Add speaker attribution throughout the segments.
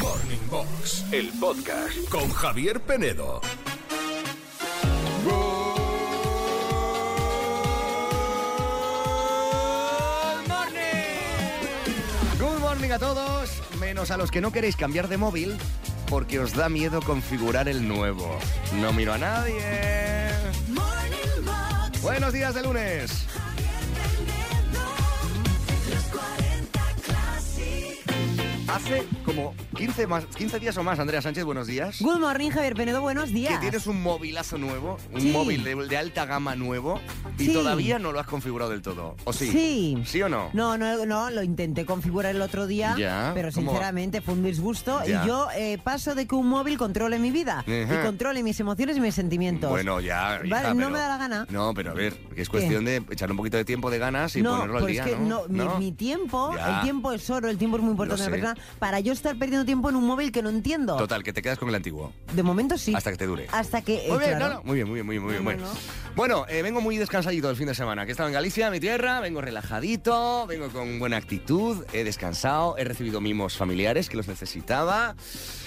Speaker 1: Morning Box, el podcast con Javier Penedo.
Speaker 2: Good morning a todos, menos a los que no queréis cambiar de móvil porque os da miedo configurar el nuevo. No miro a nadie.
Speaker 3: Morning Box.
Speaker 2: Buenos días de lunes.
Speaker 3: Javier Penedo, los 40 Classic.
Speaker 2: Hace como 15, más, 15 días o más, Andrea Sánchez, buenos días.
Speaker 4: Good morning, Javier Penedo, buenos días.
Speaker 2: Que tienes un móvilazo nuevo, un
Speaker 4: Sí.
Speaker 2: móvil de, de alta gama nuevo y
Speaker 4: Sí.
Speaker 2: todavía no lo has configurado del todo. ¿O sí?
Speaker 4: Sí.
Speaker 2: ¿Sí o no?
Speaker 4: No, no, no, lo intenté configurar el otro día,
Speaker 2: Ya,
Speaker 4: pero
Speaker 2: ¿cómo va?
Speaker 4: sinceramente fue un disgusto.
Speaker 2: Ya.
Speaker 4: Y yo eh, paso de que un móvil controle mi vida
Speaker 2: Ejá.
Speaker 4: y controle mis emociones y mis sentimientos.
Speaker 2: Bueno, ya. hija,
Speaker 4: Vale, no
Speaker 2: pero-
Speaker 4: me da la gana.
Speaker 2: No, pero a ver, que es cuestión de echarle un poquito de tiempo de ganas y
Speaker 4: no,
Speaker 2: ponerlo
Speaker 4: pues
Speaker 2: al día.
Speaker 4: que
Speaker 2: ¿no?
Speaker 4: no, mi,
Speaker 2: ¿No?
Speaker 4: mi tiempo,
Speaker 2: Ya.
Speaker 4: el tiempo es oro, el tiempo es muy importante,
Speaker 2: Lo
Speaker 4: la
Speaker 2: sé.
Speaker 4: ¿verdad? Para yo estar perdiendo tiempo en un móvil que no entiendo.
Speaker 2: Total, que te quedas con el antiguo.
Speaker 4: De momento sí.
Speaker 2: Hasta que te dure.
Speaker 4: Hasta que. eh,
Speaker 2: Muy bien,
Speaker 4: claro.
Speaker 2: no, no, muy bien, muy bien, muy bien, muy bien.
Speaker 4: No,
Speaker 2: Bueno,
Speaker 4: no,
Speaker 2: Bueno, eh, vengo muy descansadito el fin de semana, que he estado en Galicia, mi tierra, vengo relajadito, vengo con buena actitud, he descansado, he recibido mimos familiares que los necesitaba,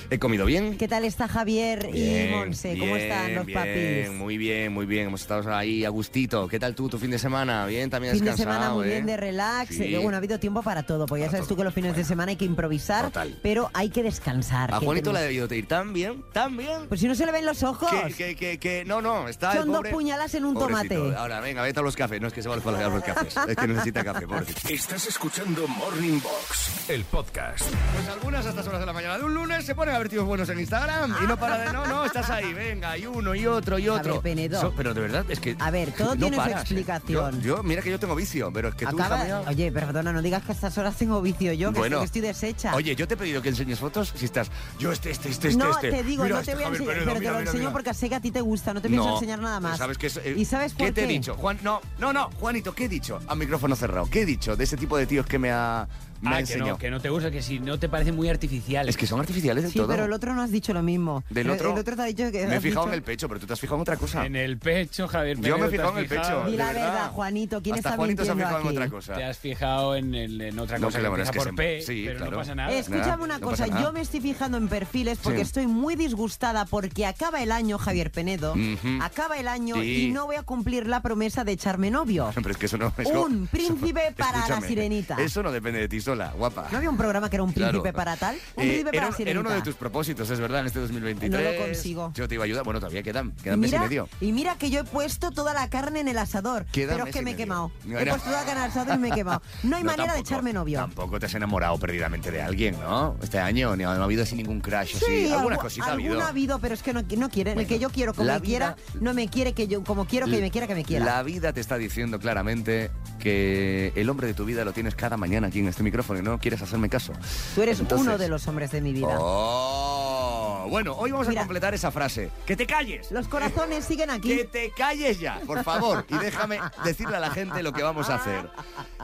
Speaker 2: he comido bien.
Speaker 4: ¿Qué tal está Javier y Monse? ¿Cómo
Speaker 2: bien,
Speaker 4: están los
Speaker 2: bien,
Speaker 4: papis?
Speaker 2: Muy bien, muy bien. Hemos estado ahí a gustito. ¿Qué tal tú, tu fin de semana? Bien, también
Speaker 4: Fin de
Speaker 2: descansado.
Speaker 4: semana muy
Speaker 2: ¿eh?
Speaker 4: bien de relax.
Speaker 2: Sí.
Speaker 4: Eh, Bueno, ha habido tiempo para todo, porque ya
Speaker 2: Para
Speaker 4: sabes
Speaker 2: todo.
Speaker 4: tú que los fines
Speaker 2: Bueno.
Speaker 4: de semana hay que improvisar,
Speaker 2: Total.
Speaker 4: pero hay que descansar.
Speaker 2: A
Speaker 4: que
Speaker 2: Juanito le ha
Speaker 4: tenemos-
Speaker 2: debido de ir tan bien, tan bien.
Speaker 4: Pues si no se le ven los ojos.
Speaker 2: Que, que, que, que- no, no, está el
Speaker 4: Son dos
Speaker 2: pobre-
Speaker 4: puñalas en un
Speaker 2: pobrecito.
Speaker 4: tomate.
Speaker 2: Ahora, venga, vete a los cafés. No es que se va a los- a los cafés. Es que necesita café, pobrecito.
Speaker 1: Estás escuchando Morning Box, el podcast.
Speaker 2: Pues algunas a estas horas de la mañana de un lunes se ponen a ver tíos buenos en Instagram y no para de no, no, estás ahí, venga, y uno y otro y otro.
Speaker 4: Javier Penedo.
Speaker 2: pero de verdad es que
Speaker 4: A ver,
Speaker 2: no
Speaker 4: todo tiene su
Speaker 2: paras, ¿eh?
Speaker 4: explicación.
Speaker 2: Yo, yo- mira que yo tengo vicio, pero es que tú,
Speaker 4: Acaba-
Speaker 2: hija mía-
Speaker 4: Oye, perdona, no digas que a estas horas tengo vicio yo, que,
Speaker 2: Bueno.
Speaker 4: estoy, que estoy deshecha.
Speaker 2: Oye, yo te he pedido que enseñes fotos si estás yo este este este este
Speaker 4: no,
Speaker 2: este.
Speaker 4: te digo,
Speaker 2: Mira
Speaker 4: no
Speaker 2: este
Speaker 4: te voy a
Speaker 2: Javier
Speaker 4: enseñar,
Speaker 2: Penedo,
Speaker 4: pero te
Speaker 2: mira,
Speaker 4: lo
Speaker 2: mira,
Speaker 4: enseño
Speaker 2: mira.
Speaker 4: porque sé que a ti te gusta, no te pienso enseñar nada más.
Speaker 2: ¿Sabes qué, es, eh,
Speaker 4: ¿Y sabes por qué?
Speaker 2: te he dicho? Juan, no, no, no, Juanito, ¿qué he dicho? A micrófono cerrado, ¿qué he dicho de ese tipo de tíos que me ha, me ha
Speaker 5: Ah, que
Speaker 2: enseñado?
Speaker 5: no, que no te gusta, que si no te parece muy artificial.
Speaker 2: Es que son artificiales de
Speaker 4: Sí,
Speaker 2: todo.
Speaker 4: pero el otro no has dicho lo mismo.
Speaker 2: Del
Speaker 4: El-
Speaker 2: otro,
Speaker 4: El otro te ha dicho que.
Speaker 2: me he
Speaker 4: has
Speaker 2: fijado
Speaker 4: dicho-
Speaker 2: en el pecho, pero tú te has fijado en otra cosa.
Speaker 5: En el pecho, Javier
Speaker 2: Yo me he
Speaker 5: Penedo, te
Speaker 2: fijado
Speaker 5: has
Speaker 2: en el pecho.
Speaker 5: fijado-
Speaker 4: Di la
Speaker 2: de
Speaker 4: verdad, Juanito, ¿quién
Speaker 2: Hasta
Speaker 4: está
Speaker 2: Juanito se ha
Speaker 4: mintiendo
Speaker 2: fijado en
Speaker 4: aquí?
Speaker 2: otra cosa.
Speaker 5: Te has fijado en, el- en otra
Speaker 2: No,
Speaker 5: cosa
Speaker 2: claro,
Speaker 5: que
Speaker 2: bueno, es
Speaker 5: empieza
Speaker 2: que
Speaker 5: por
Speaker 2: se-
Speaker 5: P,
Speaker 2: sí,
Speaker 5: pero
Speaker 2: claro.
Speaker 5: no pasa nada.
Speaker 2: Nada,
Speaker 4: Escúchame una
Speaker 2: no
Speaker 4: cosa,
Speaker 2: pasa nada.
Speaker 4: yo me estoy fijando en perfiles porque
Speaker 2: Sí.
Speaker 4: estoy muy disgustada porque acaba el año, Javier Penedo,
Speaker 2: Ujú.
Speaker 4: acaba el año
Speaker 2: Sí.
Speaker 4: y no voy a cumplir la promesa de echarme novio.
Speaker 2: Pero es que eso no es
Speaker 4: Un príncipe para la sirenita.
Speaker 2: Eso no depende de ti sola, guapa.
Speaker 4: ¿No había un programa que era un
Speaker 2: Claro.
Speaker 4: príncipe para tal? Un
Speaker 2: Eh,
Speaker 4: príncipe
Speaker 2: era,
Speaker 4: para
Speaker 2: un- era
Speaker 4: sirenita.
Speaker 2: uno de tus propósitos, es verdad, en este 2023.
Speaker 4: No lo consigo.
Speaker 2: Yo te iba a ayudar. Bueno, todavía quedan, quedan mes y
Speaker 4: Mira,
Speaker 2: medio.
Speaker 4: y mira que yo he puesto toda la carne en el asador,
Speaker 2: Queda
Speaker 4: pero
Speaker 2: mes
Speaker 4: es que
Speaker 2: y
Speaker 4: me he
Speaker 2: medio.
Speaker 4: quemado.
Speaker 2: No,
Speaker 4: he
Speaker 2: era-
Speaker 4: puesto toda la carne en el asador y me he quemado. No hay manera de
Speaker 2: tampoco-
Speaker 4: echarme novio.
Speaker 2: Tampoco te has enamorado perdidamente de alguien, ¿no? Este año no, no ha habido así ningún crash. así. Alguna
Speaker 4: algu-
Speaker 2: cosita ha
Speaker 4: alguna
Speaker 2: habido.
Speaker 4: ha habido, pero es que no, no quieren. el
Speaker 2: Bueno,
Speaker 4: que yo quiero como
Speaker 2: la
Speaker 4: quiera,
Speaker 2: vida-
Speaker 4: no me quiere que yo, como quiero que me quiera que me quiera.
Speaker 2: La vida te está diciendo claramente que el hombre de tu vida lo tienes cada mañana aquí en este micrófono y no quieres hacerme caso.
Speaker 4: Tú eres
Speaker 2: Entonces-
Speaker 4: uno de los hombres de mi vida.
Speaker 2: Oh, bueno, hoy vamos
Speaker 4: Mira.
Speaker 2: a completar esa frase. ¡Que te calles!
Speaker 4: Los corazones siguen
Speaker 2: ¡Que
Speaker 4: aquí.
Speaker 2: te calles ya! Por favor, y déjame decirle a la gente lo que vamos a hacer.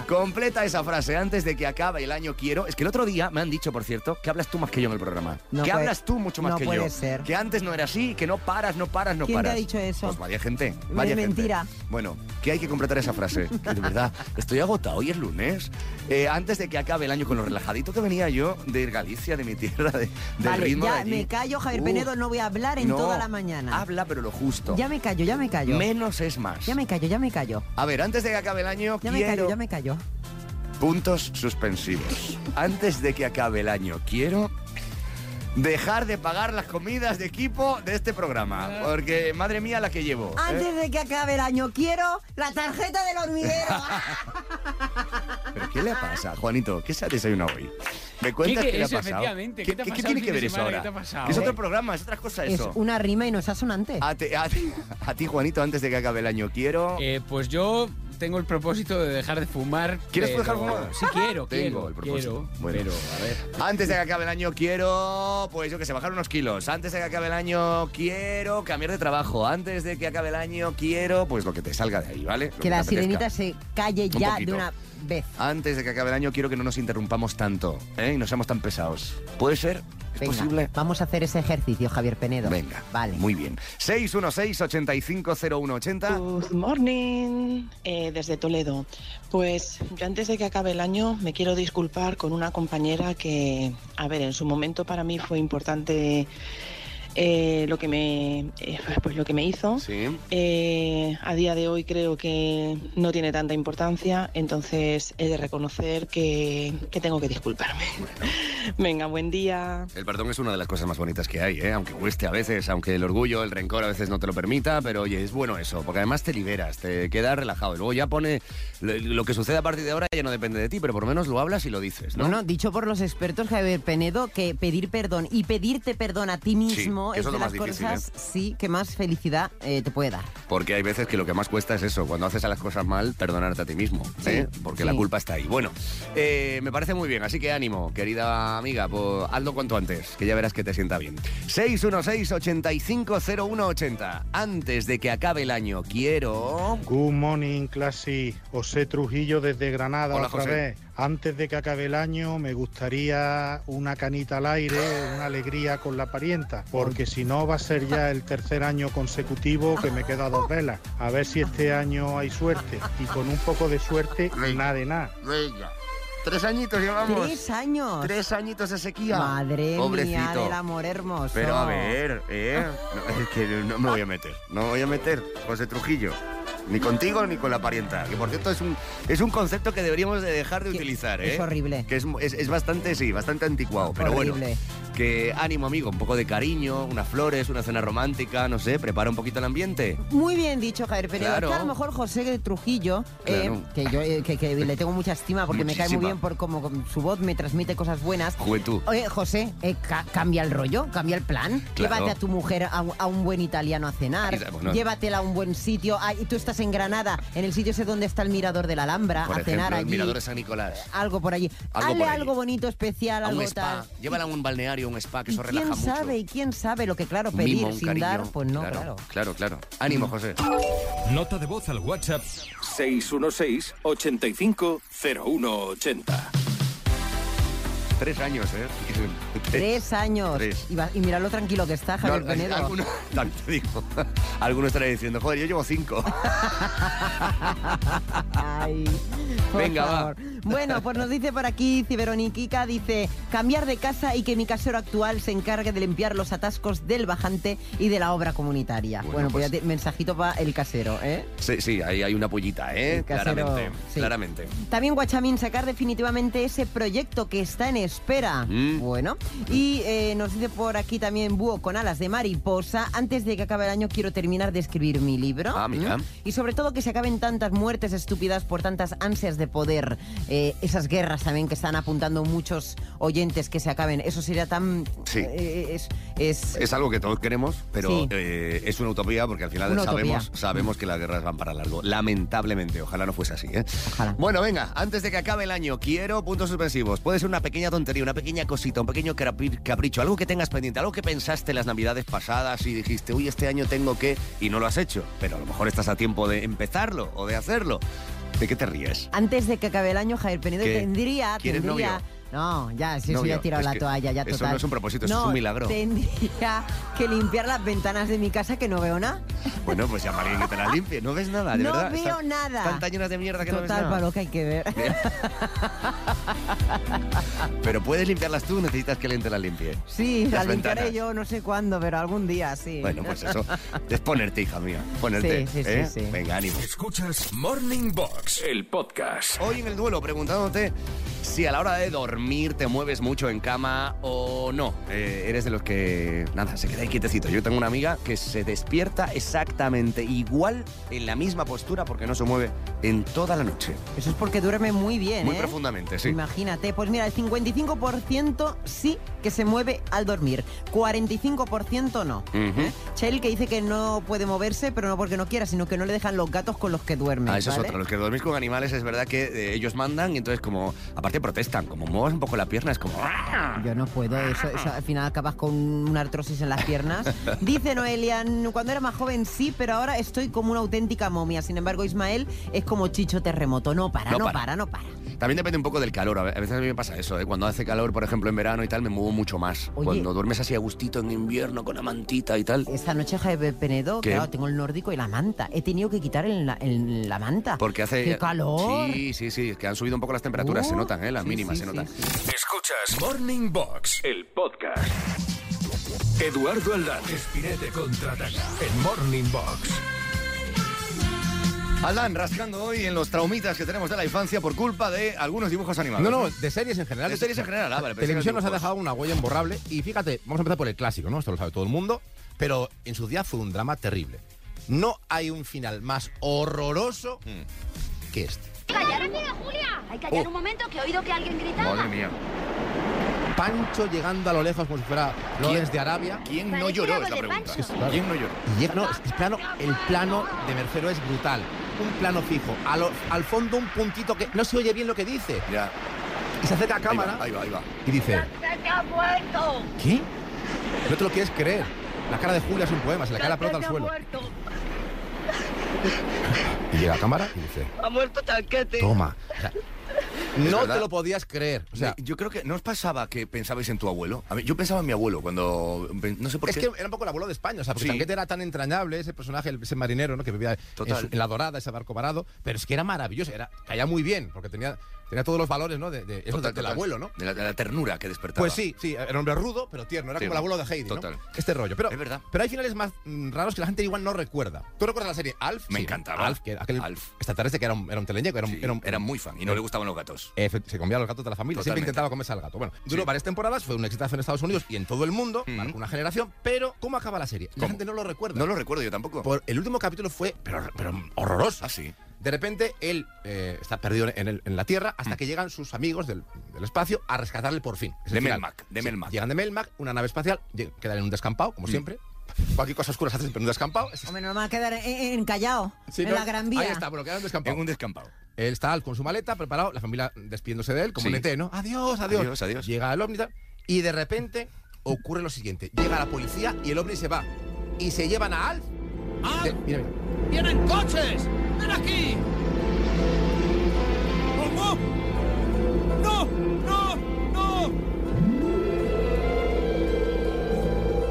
Speaker 2: Completa esa frase antes de que acabe el año quiero. Es que el otro día me han dicho, por cierto, que hablas tú más que yo en el programa.
Speaker 4: No
Speaker 2: que
Speaker 4: puede-
Speaker 2: hablas tú mucho más
Speaker 4: no
Speaker 2: que yo.
Speaker 4: puede ser.
Speaker 2: Que antes no era así, que no paras, no paras, no
Speaker 4: ¿Quién te
Speaker 2: paras.
Speaker 4: ha dicho eso?
Speaker 2: Pues vaya gente, vaya gente.
Speaker 4: mentira.
Speaker 2: Bueno, que hay que completar esa frase. Que de verdad, estoy agotado. Hoy es lunes. Eh, antes de que acabe el año con lo relajadito que venía yo de Galicia, de mi tierra, de, del
Speaker 4: Vale,
Speaker 2: ritmo de
Speaker 4: ya
Speaker 2: allí.
Speaker 4: me callo, Javier
Speaker 2: Uh,
Speaker 4: Penedo, no voy a hablar en
Speaker 2: no,
Speaker 4: toda la mañana.
Speaker 2: Habla, pero lo justo.
Speaker 4: Ya me callo, ya me callo.
Speaker 2: Menos es más.
Speaker 4: Ya me callo, ya me callo.
Speaker 2: A ver, antes de que acabe el año,
Speaker 4: Ya me
Speaker 2: quiero Eh.
Speaker 4: callo, ya me callo.
Speaker 2: puntos suspensivos. antes de que acabe el año, quiero dejar de pagar las comidas de equipo de este
Speaker 5: Ah.
Speaker 2: programa. Porque, madre mía, la que llevo. ¿eh?
Speaker 4: Antes de que acabe el año, quiero la tarjeta del hormiguero. Ah,
Speaker 2: ¿Pero qué le pasa, Juanito? ¿Qué se ha desayunado hoy? ¿Me cuentas
Speaker 5: ¿Qué-
Speaker 2: qué,
Speaker 5: qué
Speaker 2: le ha
Speaker 5: es,
Speaker 2: pasado?
Speaker 5: efectivamente? ¿Qué te ha pasado el
Speaker 2: tiene
Speaker 5: fin
Speaker 2: que
Speaker 5: de
Speaker 2: ver eso ahora?
Speaker 5: semana? ¿Qué te ha pasado?
Speaker 2: Que Es otro programa, es otra cosa
Speaker 4: Es
Speaker 2: eso. Ah,
Speaker 4: una rima y no es asonante.
Speaker 2: A, te- a ti- a ti, Juanito, antes de que acabe el año, quiero...
Speaker 5: Eh, pues yo tengo el propósito de dejar de fumar.
Speaker 2: ¿Quieres
Speaker 5: pero-
Speaker 2: dejar fumar?
Speaker 5: Sí, quiero,
Speaker 2: Tengo
Speaker 5: quiero,
Speaker 2: el propósito.
Speaker 5: quiero,
Speaker 2: Bueno.
Speaker 5: pero, a ver.
Speaker 2: Antes de que acabe el año quiero, pues yo que sé, bajar unos kilos. Antes de que acabe el año quiero cambiar de trabajo. Antes de que acabe el año quiero, pues lo que te salga de ahí, ¿vale? Lo
Speaker 4: que
Speaker 2: te
Speaker 4: la
Speaker 2: apetezca.
Speaker 4: sirenita se calle
Speaker 2: Un
Speaker 4: ya
Speaker 2: poquito.
Speaker 4: de una vez.
Speaker 2: Antes de que acabe el año quiero que no nos interrumpamos tanto ¿eh? y no seamos tan pesados. ¿Puede ser? ¿Es
Speaker 4: Venga,
Speaker 2: posible?
Speaker 4: Vamos a hacer ese ejercicio, Javier Penedo.
Speaker 2: Venga.
Speaker 4: Vale.
Speaker 2: Muy bien. 616-850180.
Speaker 6: Good morning, eh, desde Toledo. Pues yo antes de que acabe el año me quiero disculpar con una compañera que, a ver, en su momento para mí fue importante eh, lo que me, eh, pues lo que me hizo.
Speaker 2: Sí.
Speaker 6: Eh, a día de hoy creo que no tiene tanta importancia, entonces he de reconocer que, que tengo que disculparme. Venga, buen día.
Speaker 2: El perdón es una de las cosas más bonitas que hay, ¿eh? aunque cueste a veces, aunque el orgullo, el rencor a veces no te lo permita, pero oye, es bueno eso, porque además te liberas, te quedas relajado. Y luego ya pone lo- lo que sucede a partir de ahora ya no depende de ti, pero por lo menos lo hablas y lo dices, ¿no?
Speaker 4: Bueno, dicho por los expertos, Javier Penedo, que pedir perdón y pedirte perdón a ti mismo
Speaker 2: que
Speaker 4: es
Speaker 2: eso es
Speaker 4: de
Speaker 2: lo
Speaker 4: las
Speaker 2: más difícil, ¿eh?
Speaker 4: cosas sí que más felicidad eh, te puede dar.
Speaker 2: Porque hay veces que lo que más cuesta es eso, cuando haces a las cosas mal, perdonarte a ti mismo, ¿eh? porque la
Speaker 4: sí.
Speaker 2: culpa está ahí. Bueno, eh, me parece muy bien, así que ánimo, querida amiga, pues, hazlo cuanto antes, que ya verás que te sienta bien. 616-850180, antes de que acabe el año, quiero...
Speaker 7: Good morning, classy. José Trujillo desde Granada
Speaker 2: Hola,
Speaker 7: otra
Speaker 2: José.
Speaker 7: vez. Antes de que acabe el año, me gustaría una canita al aire, una alegría con la parienta, porque si no va a ser ya el tercer año consecutivo que me queda a dos velas. A ver si este año hay suerte. Y con un poco de suerte, nada de nada.
Speaker 2: Venga, tres añitos llevamos.
Speaker 4: Tres años.
Speaker 2: Tres añitos de sequía.
Speaker 4: Madre mía
Speaker 2: Pobrecito.
Speaker 4: del amor hermoso.
Speaker 2: Pero a ver, ¿eh? No, es que no me voy a meter. No me voy a meter, José Trujillo. Ni contigo ni con la parienta. Que por cierto es un, es un concepto que deberíamos de dejar de
Speaker 4: Que
Speaker 2: utilizar, ¿eh?
Speaker 4: es horrible.
Speaker 2: Que es, es- es bastante, sí, bastante anticuado. Pero bueno.
Speaker 4: Horrible.
Speaker 2: Que ánimo, amigo. Un poco de cariño, unas flores, una cena romántica, no sé, prepara un poquito el ambiente.
Speaker 4: Muy bien dicho, Javier Penedo.
Speaker 2: Claro.
Speaker 4: Es que a lo mejor José de Trujillo, eh,
Speaker 2: Claro.
Speaker 4: que yo eh, que, que le tengo mucha estima porque me cae
Speaker 2: Muchísima.
Speaker 4: muy bien por cómo con su voz me transmite cosas buenas.
Speaker 2: Juventud.
Speaker 4: Oye, José, eh, ca- cambia el rollo, cambia el plan.
Speaker 2: Claro.
Speaker 4: Llévate a tu mujer a, un- a un buen italiano a cenar.
Speaker 2: Ita- bueno.
Speaker 4: Llévatela a un buen sitio. Ah, y tú estás en Granada, en el sitio ese donde está el mirador de la Alhambra,
Speaker 2: Por
Speaker 4: a
Speaker 2: ejemplo,
Speaker 4: cenar
Speaker 2: el
Speaker 4: allí.
Speaker 2: Mirador de San Nicolás.
Speaker 4: Algo por allí.
Speaker 2: Algo
Speaker 4: Hazle
Speaker 2: por allí.
Speaker 4: algo bonito, especial,
Speaker 2: A
Speaker 4: algo
Speaker 2: un spa.
Speaker 4: tal.
Speaker 2: Llévala a un balneario, un spa, que
Speaker 4: ¿Y
Speaker 2: eso relaja
Speaker 4: quién
Speaker 2: mucho.
Speaker 4: sabe? ¿Y quién sabe lo que, claro,
Speaker 2: Un
Speaker 4: pedir
Speaker 2: mimo, un
Speaker 4: sin
Speaker 2: cariño.
Speaker 4: dar? Pues no,
Speaker 2: Claro,
Speaker 4: claro. Mm.
Speaker 2: claro. claro. Ánimo, José.
Speaker 1: Nota de voz al WhatsApp 616 85 0180.
Speaker 2: Tres años, ¿eh?
Speaker 4: Tres años.
Speaker 2: Tres.
Speaker 4: Y, va- y mira lo tranquilo que está Javier
Speaker 2: No,
Speaker 4: Penedo.
Speaker 2: alguno, también te digo, alguno estará diciendo, joder, yo llevo cinco.
Speaker 4: Ay, por
Speaker 2: Venga, va.
Speaker 4: favor. Bueno, pues nos dice por aquí Ciberoniquica, dice, cambiar de casa y que mi casero actual se encargue de limpiar los atascos del bajante y de la obra comunitaria.
Speaker 2: Bueno,
Speaker 4: Bueno, pues, ya
Speaker 2: pues-
Speaker 4: te- mensajito para el casero, ¿eh?
Speaker 2: Sí, sí, ahí hay una pollita, ¿eh?
Speaker 4: El casero,
Speaker 2: claramente,
Speaker 4: sí.
Speaker 2: claramente.
Speaker 4: También Guachamín, sacar definitivamente ese proyecto que está en espera.
Speaker 2: Mm.
Speaker 4: Bueno, y eh, nos dice por aquí también Búho con alas de mariposa. Antes de que acabe el año quiero terminar de escribir mi libro.
Speaker 2: Ah, mira.
Speaker 4: Mm. Y sobre todo que se acaben tantas muertes estúpidas por tantas ansias de poder. Eh, esas guerras también que están apuntando muchos oyentes que se acaben. Eso sería tan...
Speaker 2: Sí.
Speaker 4: eh, es, es-
Speaker 2: Es algo que todos queremos, pero
Speaker 4: Sí.
Speaker 2: eh, es una utopía porque al final
Speaker 4: Una
Speaker 2: sabemos,
Speaker 4: utopía.
Speaker 2: sabemos que las guerras van para largo. Lamentablemente, ojalá no fuese así, ¿eh?
Speaker 4: Ojalá.
Speaker 2: Bueno, venga, antes de que acabe el año, quiero puntos suspensivos. Puede ser una pequeña tontería, una pequeña cosita, un pequeño capri- capricho, algo que tengas pendiente, algo que pensaste las navidades pasadas y dijiste, uy, este año tengo que, y no lo has hecho, pero a lo mejor estás a tiempo de empezarlo o de hacerlo. ¿De qué te ríes?
Speaker 4: Antes de que acabe el año, Javier Penedo
Speaker 2: ¿Qué?
Speaker 4: tendría,
Speaker 2: ¿Quieres
Speaker 4: tendría.
Speaker 2: novio?
Speaker 4: No, ya, si eso
Speaker 2: Novio,
Speaker 4: ya he tirado
Speaker 2: es
Speaker 4: la
Speaker 2: que
Speaker 4: toalla, ya
Speaker 2: eso
Speaker 4: total.
Speaker 2: no es un propósito, eso es
Speaker 4: No,
Speaker 2: un milagro.
Speaker 4: Tendría que limpiar las ventanas de mi casa que no veo nada.
Speaker 2: Bueno, pues llama a alguien que te la limpie. No ves nada, de
Speaker 4: No
Speaker 2: verdad.
Speaker 4: veo
Speaker 2: Están-
Speaker 4: nada.
Speaker 2: Están tan llenas de mierda que
Speaker 4: Total,
Speaker 2: no ves
Speaker 4: para
Speaker 2: nada.
Speaker 4: lo que hay que ver.
Speaker 2: Pero puedes limpiarlas tú, necesitas que alguien te las limpie.
Speaker 4: Sí,
Speaker 2: Las
Speaker 4: la limpiaré
Speaker 2: ventanas.
Speaker 4: yo no sé cuándo, pero algún día sí.
Speaker 2: Bueno, pues eso. Es ponerte, hija mía. Ponerte.
Speaker 4: Sí, sí, sí,
Speaker 2: ¿eh?
Speaker 4: sí.
Speaker 2: Venga, ánimo.
Speaker 1: Escuchas Morning Box, el podcast.
Speaker 2: Hoy en el duelo preguntándote si a la hora de dormir te mueves mucho en cama o no. Eh, eres de los que, nada, se queda ahí quietecito. Yo tengo una amiga que se despierta exactamente igual en la misma postura porque no se mueve en toda la noche.
Speaker 4: Eso es porque duerme muy bien,
Speaker 2: Muy
Speaker 4: ¿eh?
Speaker 2: profundamente, sí.
Speaker 4: Imagínate, pues mira, el 55% sí que se mueve al dormir, 45% no.
Speaker 2: Ujú.
Speaker 4: Chel que dice que no puede moverse, pero no porque no quiera, sino que no le dejan los gatos con los que duerme.
Speaker 2: Ah, eso es
Speaker 4: ¿vale?
Speaker 2: otra. Los que dormís con animales es verdad que eh, ellos mandan y entonces como, aparte protestan, como muevas un poco la pierna, es como... ¡ah!
Speaker 4: Yo no puedo, eso, eso, al final acabas con una artrosis en las piernas. Dice Noelia, "N- cuando era más joven sí, pero ahora estoy como una auténtica momia. Sin embargo, Ismael es como chicho terremoto. No para,
Speaker 2: No
Speaker 4: no,
Speaker 2: para.
Speaker 4: para. no para.
Speaker 2: También depende un poco del calor. A ve- a veces a mí me pasa eso, ¿eh? Cuando hace calor, por ejemplo, en verano y tal, me muevo mucho más.
Speaker 4: Oye.
Speaker 2: Cuando duermes así a gustito en invierno con la mantita y tal.
Speaker 4: Esta noche, Jaime Penedo,
Speaker 2: ¿Qué?
Speaker 4: claro, tengo el nórdico y la manta. He tenido que quitar el- la, el- la manta.
Speaker 2: Porque hace.
Speaker 4: ¡Qué calor!
Speaker 2: Sí, sí, sí. Es que han subido un poco las temperaturas. se
Speaker 4: Oh.
Speaker 2: notan, ¿eh? Las
Speaker 4: Sí,
Speaker 2: mínimas
Speaker 4: sí,
Speaker 2: se
Speaker 4: sí,
Speaker 2: notan.
Speaker 4: sí.
Speaker 1: Escuchas Morning Box, el podcast. Eduardo Aldán, Espinete contraataca en Morning Box.
Speaker 2: Alan, rascando hoy en los traumitas que tenemos de la infancia por culpa de algunos dibujos animados. ¿eh?
Speaker 8: No, no, de series en general.
Speaker 2: De series en general, ah, vale, pensé
Speaker 8: Televisión
Speaker 2: que
Speaker 8: nos ha
Speaker 2: dibujos.
Speaker 8: dejado una huella imborrable. Y fíjate, vamos a empezar por el clásico, ¿no? Esto lo sabe todo el mundo. Pero en su día fue un drama terrible. No hay un final más horroroso
Speaker 2: Mm.
Speaker 8: que este.
Speaker 9: ¡Callaros, mira, Julia! Hay que callar
Speaker 8: Oh.
Speaker 9: un momento, que he oído que alguien gritaba.
Speaker 2: Madre mía.
Speaker 8: Pancho llegando a lo lejos como si fuera
Speaker 2: ¿Quién?
Speaker 8: Lores de Arabia.
Speaker 2: ¿Quién no
Speaker 9: Parece
Speaker 2: lloró?
Speaker 9: algo
Speaker 2: Es la
Speaker 9: de
Speaker 2: pregunta.
Speaker 9: Pancho.
Speaker 8: claro.
Speaker 2: ¿Quién no lloró?
Speaker 8: Y llega- no, es que el plano, el plano de Mercero es brutal. Un plano fijo. A lo- al fondo un puntito que no se oye bien lo que dice.
Speaker 2: Ya.
Speaker 8: Y se acerca a
Speaker 2: Ahí
Speaker 8: cámara
Speaker 2: va, ahí va, ahí va.
Speaker 8: y dice...
Speaker 9: ¡Se ha muerto!
Speaker 8: ¿Qué? No te lo quieres creer. La cara de Julia es un poema, se le cae la pelota al suelo. Y llega a cámara y dice,
Speaker 9: ¡Ha muerto Tanquete!
Speaker 8: toma. O sea, no
Speaker 2: verdad.
Speaker 8: te lo podías creer. O sea,
Speaker 2: yo creo que no os pasaba que pensabais en tu abuelo. A mí, yo pensaba en mi abuelo cuando no sé por
Speaker 8: es
Speaker 2: qué.
Speaker 8: que era un poco el abuelo de España. O sea, porque
Speaker 2: Sí.
Speaker 8: Tanquete era tan entrañable, ese personaje, el- ese marinero, ¿no? Que vivía en,
Speaker 2: Total.
Speaker 8: su- en la dorada, ese barco varado. Pero es que era maravilloso, era, caía muy bien, porque tenía, tenía todos los valores, ¿no? De, de- eso
Speaker 2: Total,
Speaker 8: del
Speaker 2: total.
Speaker 8: abuelo, ¿no?
Speaker 2: De la, de la ternura que despertaba.
Speaker 8: Pues sí, sí, era un hombre rudo, pero tierno. Era
Speaker 2: Sí,
Speaker 8: como el abuelo de Heidi, ¿no?
Speaker 2: total.
Speaker 8: Este rollo. Pero,
Speaker 2: Es verdad.
Speaker 8: Pero hay finales más mm, raros que la gente igual no recuerda. ¿Tú recuerdas la serie Alf?
Speaker 2: Me
Speaker 8: Sí,
Speaker 2: encantaba.
Speaker 8: Alf, que aquel
Speaker 2: Alf.
Speaker 8: extraterrestre que era un, era un teleñeco, era un,
Speaker 2: Sí,
Speaker 8: era un- eh,
Speaker 2: era muy fan y no le gustaban los gatos.
Speaker 8: Efe- se comía a los gatos de la familia. Siempre
Speaker 2: Totalmente.
Speaker 8: intentaba comerse al gato. Bueno, duró
Speaker 2: Sí.
Speaker 8: varias temporadas, fue un exitazo en Estados Unidos y en todo el mundo,
Speaker 2: Ujú.
Speaker 8: marcó una generación. Pero, ¿cómo acaba la serie? La
Speaker 2: ¿Cómo?
Speaker 8: gente no lo recuerda.
Speaker 2: No lo recuerdo yo tampoco.
Speaker 8: Por- el último capítulo fue, pero, pero horroroso.
Speaker 2: Ah, sí.
Speaker 8: De repente, él eh, está perdido en, el- en la Tierra hasta que llegan sus amigos del, del espacio a rescatarle por fin. Es el
Speaker 2: De
Speaker 8: final.
Speaker 2: Melmac, de Melmac.
Speaker 8: Llegan de Melmac, una nave espacial, lle- quedan en un descampado,
Speaker 2: Mm.
Speaker 8: como siempre. Cualquier cosa oscura se hace siempre en un descampado. Es-
Speaker 4: Hombre, no me va a quedar en, en Callao,
Speaker 8: Sí,
Speaker 4: en
Speaker 8: ¿no?
Speaker 4: la Gran Vía.
Speaker 8: Ahí está, bueno, quedan en un descampado.
Speaker 2: En un descampado.
Speaker 8: Él está al- con su maleta, preparado, la familia despidiéndose de él, como
Speaker 2: Sí.
Speaker 8: un ET, ¿no? Adiós, adiós.
Speaker 2: Adiós, adiós.
Speaker 8: Llega el ovni y tal, y de repente ocurre lo siguiente. Llega la policía y el ovni se va. Y se llevan a Alf. De- mira, mira.
Speaker 1: ¡Vienen coches! ¡Ven aquí! ¡No! ¡No! ¡No!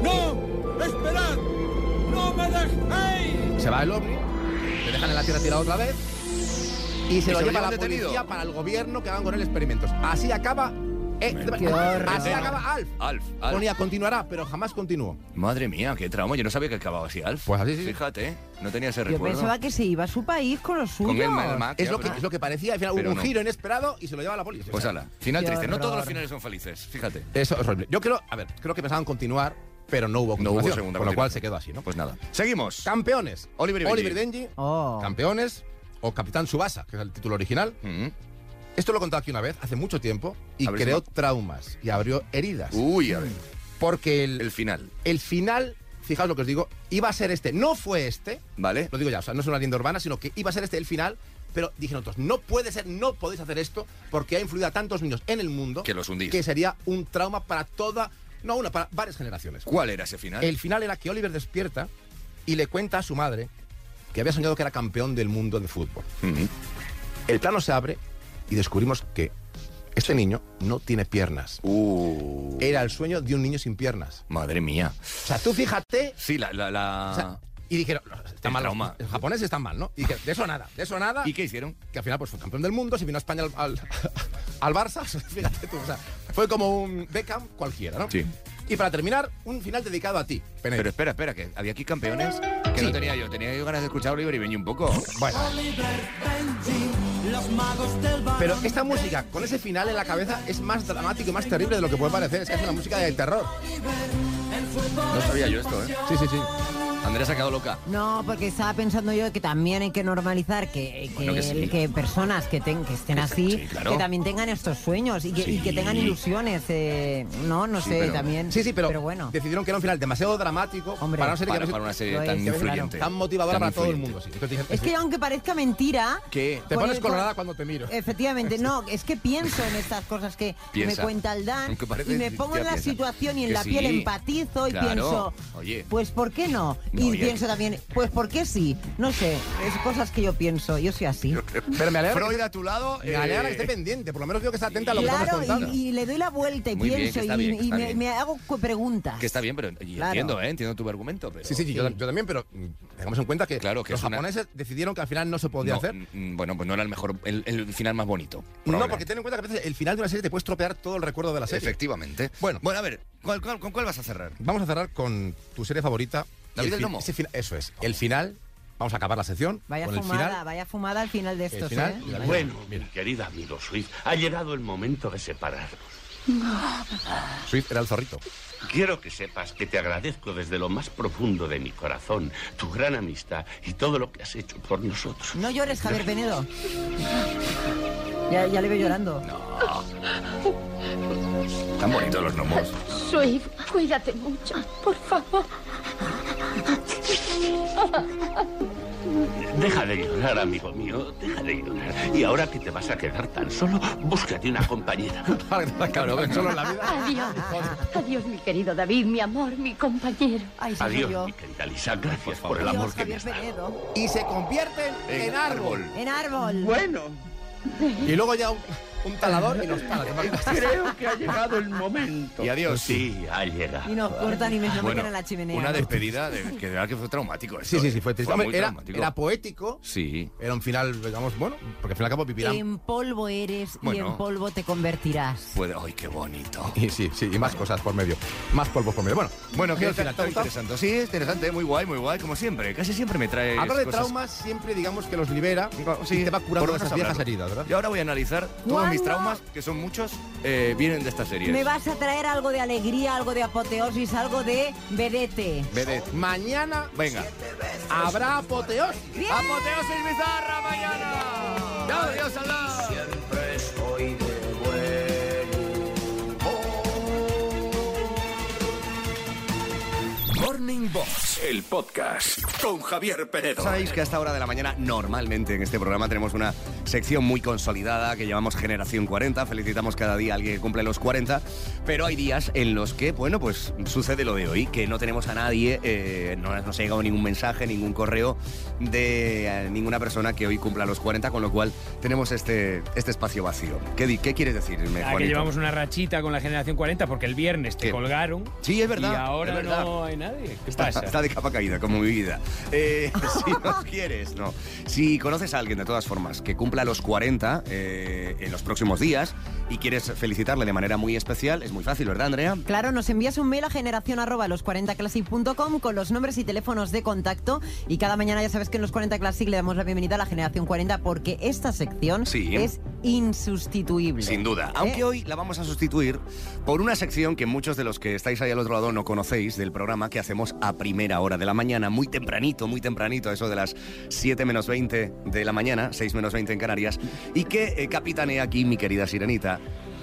Speaker 1: ¡No! ¡Esperad! ¡No me dejéis!
Speaker 8: Se va el ovni, le dejan en la tierra tirado otra vez. Y se
Speaker 2: ¿Y se lo
Speaker 8: lo lleva
Speaker 2: llevan
Speaker 8: la
Speaker 2: detenido?
Speaker 8: policía para el gobierno que hagan con él experimentos. Así acaba. eh, así acaba Alf.
Speaker 2: Alf, Alf.
Speaker 8: Ponía continuará, pero jamás continuó.
Speaker 2: Madre mía, qué trauma. Yo no sabía que acababa así, Alf.
Speaker 8: Pues así, sí.
Speaker 2: Fíjate, ¿eh? no tenía ese
Speaker 4: Yo
Speaker 2: recuerdo.
Speaker 4: pensaba que se iba a su país con los suyos.
Speaker 2: Con el Melmac.
Speaker 8: Es
Speaker 2: ya,
Speaker 8: lo, que,
Speaker 2: pero-
Speaker 8: es lo que parecía, al final
Speaker 2: Pero
Speaker 8: hubo un
Speaker 2: no.
Speaker 8: giro inesperado y se lo lleva la policía.
Speaker 2: Pues
Speaker 8: O sea,
Speaker 2: ala, final
Speaker 4: Qué
Speaker 2: triste. No todos
Speaker 4: horror.
Speaker 2: los finales son felices, fíjate.
Speaker 8: Eso es horrible. Yo creo, a ver, creo que pensaban continuar, pero no hubo
Speaker 2: No hubo
Speaker 8: continuación.
Speaker 2: segunda
Speaker 8: con lo cual
Speaker 2: continuación.
Speaker 8: se quedó así, ¿no?
Speaker 2: Pues nada. Seguimos.
Speaker 8: Campeones.
Speaker 2: Oliver y Benji.
Speaker 8: Benji,
Speaker 4: Oh.
Speaker 8: Campeones o Capitán Subasa, que es el título original.
Speaker 2: Mm.
Speaker 8: Esto lo he contado aquí una vez, hace mucho tiempo, y
Speaker 2: A ver si
Speaker 8: creó
Speaker 2: me-
Speaker 8: traumas y abrió heridas.
Speaker 2: Uy, a ver.
Speaker 8: Porque el,
Speaker 2: El final,
Speaker 8: el final, fijaos lo que os digo, iba a ser este. No fue este,
Speaker 2: ¿vale?
Speaker 8: lo digo ya, o sea, no es una leyenda urbana, sino que iba a ser este el final, pero dijeron otros, no puede ser, no podéis hacer esto, porque ha influido a tantos niños en el mundo
Speaker 2: Que los hundís.
Speaker 8: que sería un trauma para toda, no una, para varias generaciones.
Speaker 2: ¿Cuál era ese final?
Speaker 8: El final era que Oliver despierta y le cuenta a su madre que había soñado que era campeón del mundo de fútbol.
Speaker 2: Mm.
Speaker 8: El plano se abre y descubrimos que este niño no tiene piernas.
Speaker 2: Uh,
Speaker 8: Era el sueño de un niño sin piernas.
Speaker 2: madre mía.
Speaker 8: O sea, tú fíjate.
Speaker 2: Sí, la... la, la-
Speaker 8: o sea, y dijeron, está
Speaker 2: El
Speaker 8: mal,
Speaker 2: Este trauma.
Speaker 8: los japoneses están mal, ¿no? Y dijeron, de eso nada, de eso nada.
Speaker 2: ¿Y qué hicieron?
Speaker 8: que al final pues, fue campeón del mundo, se vino a España al, al, al Barça, o sea, fíjate tú, o sea, fue como un Beckham cualquiera, ¿no?
Speaker 2: Sí.
Speaker 8: Y para terminar, un final dedicado a ti, Penedo.
Speaker 2: Pero espera, espera, que había aquí campeones que
Speaker 8: Sí.
Speaker 2: no tenía yo. Tenía yo ganas de escuchar a Oliver y Benji un poco.
Speaker 8: Bueno. Pero esta música, con ese final en la cabeza, es más dramático y más terrible de lo que puede parecer. Es que es una música de terror.
Speaker 2: No sabía yo esto, ¿eh?
Speaker 8: Sí, sí, sí.
Speaker 2: Andrea se ha quedado loca.
Speaker 4: No, porque estaba pensando yo que también hay que normalizar que, que,
Speaker 2: Bueno, que sí.
Speaker 4: que personas que, ten- que estén así,
Speaker 2: sí, claro.
Speaker 4: que también tengan estos sueños y que, y que
Speaker 2: Sí.
Speaker 4: tengan ilusiones. eh, no, no
Speaker 2: Sí,
Speaker 4: sé,
Speaker 2: pero-
Speaker 4: también.
Speaker 8: Sí, sí, pero,
Speaker 4: bueno.
Speaker 8: decidieron que era un final demasiado dramático
Speaker 4: Hombre,
Speaker 8: para no ser que
Speaker 2: Para,
Speaker 8: no se-
Speaker 2: para una
Speaker 4: Lo
Speaker 2: serie
Speaker 4: es,
Speaker 2: tan
Speaker 4: claro.
Speaker 2: influyente.
Speaker 8: tan motivadora
Speaker 2: tan
Speaker 8: para todo el
Speaker 2: influyente.
Speaker 8: mundo. Sí. Entonces dije,
Speaker 4: Es que aunque parezca mentira.
Speaker 2: ¿Qué?
Speaker 8: te
Speaker 4: con
Speaker 8: pones
Speaker 4: el co-
Speaker 8: colorada cuando te miro.
Speaker 4: Efectivamente, no, es que pienso en estas cosas que
Speaker 2: Piensa.
Speaker 4: me cuenta el Dan
Speaker 2: Aunque parece
Speaker 4: y me
Speaker 2: que
Speaker 4: pongo en la
Speaker 2: piensa.
Speaker 4: situación y en
Speaker 2: Que
Speaker 4: la
Speaker 2: sí.
Speaker 4: piel empatizo y
Speaker 2: Claro.
Speaker 4: pienso,
Speaker 2: Oye.
Speaker 4: pues ¿por qué no? y
Speaker 2: oye,
Speaker 4: pienso también, pues ¿por qué sí? No sé, es cosas que yo pienso, yo soy así.
Speaker 8: Pero me alegra,
Speaker 2: Freud a tu lado.
Speaker 8: me alegra que
Speaker 2: eh,
Speaker 8: esté pendiente, por lo menos creo que está atenta a lo que estamos
Speaker 4: Claro,
Speaker 8: contando.
Speaker 4: y, y le doy la vuelta y
Speaker 2: Muy bien, que
Speaker 4: pienso
Speaker 2: está
Speaker 4: y,
Speaker 2: bien, que
Speaker 4: y
Speaker 2: está
Speaker 4: me,
Speaker 2: bien.
Speaker 4: me hago cu- preguntas.
Speaker 2: que está bien, pero y
Speaker 4: Claro.
Speaker 2: entiendo, ¿eh? Entiendo tu argumento. Pero...
Speaker 8: Sí, sí, Yo, yo también, pero mm, tengamos en cuenta que,
Speaker 2: Claro, que
Speaker 8: los
Speaker 2: es una-
Speaker 8: japoneses decidieron que al final no se podía
Speaker 2: No,
Speaker 8: hacer.
Speaker 2: mm, mm, Bueno, pues no era el mejor, el, el final más bonito.
Speaker 8: No,
Speaker 2: probablemente.
Speaker 8: porque ten en cuenta que a veces el final de una serie te puede estropear todo el recuerdo de la serie.
Speaker 2: Efectivamente.
Speaker 8: Bueno.
Speaker 2: bueno, a ver, ¿cuál- cuál- ¿con cuál vas a cerrar?
Speaker 8: Vamos a cerrar con tu serie favorita.
Speaker 2: La
Speaker 8: y
Speaker 2: vida
Speaker 8: el
Speaker 2: del
Speaker 8: fin-
Speaker 2: Momo.
Speaker 8: ese fina- Eso es. El final. Vamos a acabar la sección.
Speaker 4: Vaya
Speaker 8: con el
Speaker 4: fumada,
Speaker 8: final.
Speaker 4: vaya fumada al final de
Speaker 8: el
Speaker 4: estos,
Speaker 8: final
Speaker 4: ¿eh?
Speaker 8: y la-
Speaker 10: Bueno, mi querida amigo Swift, ha llegado el momento de separarnos.
Speaker 8: Swift era el zorrito.
Speaker 10: Quiero que sepas que te agradezco desde lo más profundo de mi corazón tu gran amistad y todo lo que has hecho por nosotros.
Speaker 4: No llores, Javier Penedo. Ya, ya le veo llorando.
Speaker 2: Tan bonitos los gnomos.
Speaker 9: Swift, cuídate mucho, por favor.
Speaker 10: Deja de llorar, amigo mío, deja de llorar. Y ahora que te vas a quedar tan solo, búscate una compañera.
Speaker 8: claro, solo en la vida.
Speaker 9: Adiós.
Speaker 8: ah,
Speaker 9: Adiós, mi querido David, mi amor, mi compañero.
Speaker 4: Ay, sí, soy yo.
Speaker 10: Adiós, mi querida Lisa, gracias por el
Speaker 4: Dios,
Speaker 10: amor que me
Speaker 4: Javier
Speaker 10: has dado.
Speaker 4: Penedo.
Speaker 8: Y se convierten en, árbol.
Speaker 4: En árbol.
Speaker 10: Bueno,
Speaker 8: Y luego ya un, un talador y los taladores.
Speaker 10: creo que ha llegado el momento.
Speaker 2: Y adiós.
Speaker 10: Sí, ha llegado.
Speaker 4: Y nos cortan y me nos
Speaker 2: Bueno,
Speaker 4: meten a la chimenea.
Speaker 2: Una despedida de, que de verdad que fue traumático. esto,
Speaker 8: Sí, sí,
Speaker 2: ¿eh?
Speaker 8: sí, fue triste.
Speaker 2: muy
Speaker 8: Hombre, era,
Speaker 2: traumático.
Speaker 8: era poético.
Speaker 2: Sí.
Speaker 8: Era un final, digamos, bueno, porque al fin y al cabo vivirán.
Speaker 4: En polvo eres y
Speaker 2: Bueno. Pues
Speaker 4: en polvo te convertirás.
Speaker 2: Puede, ¡Ay, qué bonito!
Speaker 8: Y sí, sí, y más cosas por medio. Más polvos por medio. Bueno,
Speaker 2: Bueno,
Speaker 8: ¿qué
Speaker 2: que
Speaker 8: al final? ¿Te ha gustado?
Speaker 2: interesante. Sí, es interesante, muy guay, muy guay, como siempre. Casi siempre me trae.
Speaker 8: Hablar de traumas siempre, digamos, que los libera y te va curando esas viejas heridas, ¿verdad?
Speaker 2: Y ahora voy a analizar todos mis
Speaker 4: ¿Cuándo?
Speaker 2: traumas, que son muchos, eh, vienen de estas series.
Speaker 4: Me vas a traer algo de alegría, algo de apoteosis, algo de vedete.
Speaker 2: Vedette.
Speaker 8: Mañana
Speaker 2: Venga.
Speaker 8: habrá apoteos.
Speaker 2: ¡Apoteosis bizarra mañana! ¡Chao, adiós, Alá! Morning Box, el podcast con Javier Penedo. Sabéis que a esta hora de la mañana normalmente en este programa tenemos una sección muy consolidada que llamamos Generación 40. Felicitamos cada día a alguien que cumple los 40, pero hay días en los que, bueno, pues sucede lo de hoy, que no tenemos a nadie, eh, no nos ha llegado ningún mensaje, ningún correo de eh, ninguna persona que hoy cumpla los 40, con lo cual tenemos este, este espacio vacío. ¿Qué, di- qué quieres decirme,
Speaker 5: Ah, que
Speaker 2: Juanito?
Speaker 5: llevamos una rachita con la generación 40 porque el viernes te
Speaker 2: ¿Qué?
Speaker 5: colgaron.
Speaker 2: Sí, es verdad,
Speaker 5: Y ahora
Speaker 2: es verdad.
Speaker 5: no hay nadie. ¿Qué
Speaker 2: Está,
Speaker 5: pasa?
Speaker 2: está de capa caída, como mi vida. Eh, si no quieres, no. Si conoces a alguien, de todas formas, que cumpla los 40 eh, en los próximos días y quieres felicitarle de manera muy especial, es muy fácil, ¿verdad, Andrea?
Speaker 4: Claro, nos envías un mail a generación arroba los 40classic.com con los nombres y teléfonos de contacto. Y cada mañana ya sabes que en los 40 Classic le damos la bienvenida a la generación 40 porque esta sección
Speaker 2: Sí.
Speaker 4: es insustituible.
Speaker 2: Sin duda.
Speaker 4: ¿Eh?
Speaker 2: Aunque hoy la vamos a sustituir por una sección que muchos de los que estáis ahí al otro lado no conocéis del programa que hacemos a primera hora de la mañana, muy tempranito, muy tempranito, a eso de las 7 menos 20 de la mañana, 6 menos 20 en Canarias, y que eh, capitanea aquí mi querida Sirenita,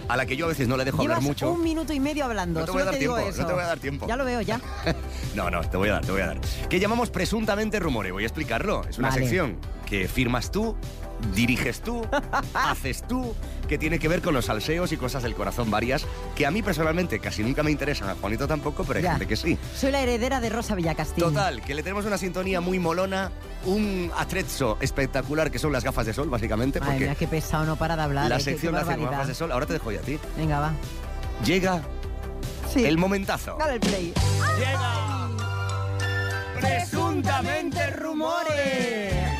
Speaker 2: a la que yo a veces no le dejo
Speaker 4: Llevas
Speaker 2: hablar mucho.
Speaker 4: un minuto y medio hablando.
Speaker 2: No te voy a
Speaker 4: solo
Speaker 2: dar
Speaker 4: digo
Speaker 2: tiempo, no
Speaker 4: eso.
Speaker 2: te voy a dar tiempo.
Speaker 4: Ya lo veo, ya.
Speaker 2: No, no, te voy a dar, te voy a dar. Que llamamos presuntamente rumores, voy a explicarlo. Es una
Speaker 4: Vale.
Speaker 2: sección que firmas tú, diriges tú, haces tú, que tiene que ver con los salseos y cosas del corazón varias, que a mí personalmente casi nunca me interesan, a Juanito tampoco, pero hay
Speaker 4: Ya.
Speaker 2: gente que sí.
Speaker 4: Soy la heredera de Rosa Villacastín.
Speaker 2: Total, que le tenemos una sintonía muy molona, un atrezzo espectacular que son las gafas de sol, básicamente,
Speaker 4: Madre
Speaker 2: Este, porque
Speaker 4: mía, qué pesado, no para de hablar.
Speaker 2: la
Speaker 4: eh, qué-
Speaker 2: sección
Speaker 4: qué
Speaker 2: la hace con
Speaker 4: barbaridad.
Speaker 2: gafas de sol. Ahora te dejo ya a ti.
Speaker 4: Venga, va.
Speaker 2: Llega
Speaker 4: Sí.
Speaker 2: el momentazo.
Speaker 4: Dale el play.
Speaker 2: Llega presuntamente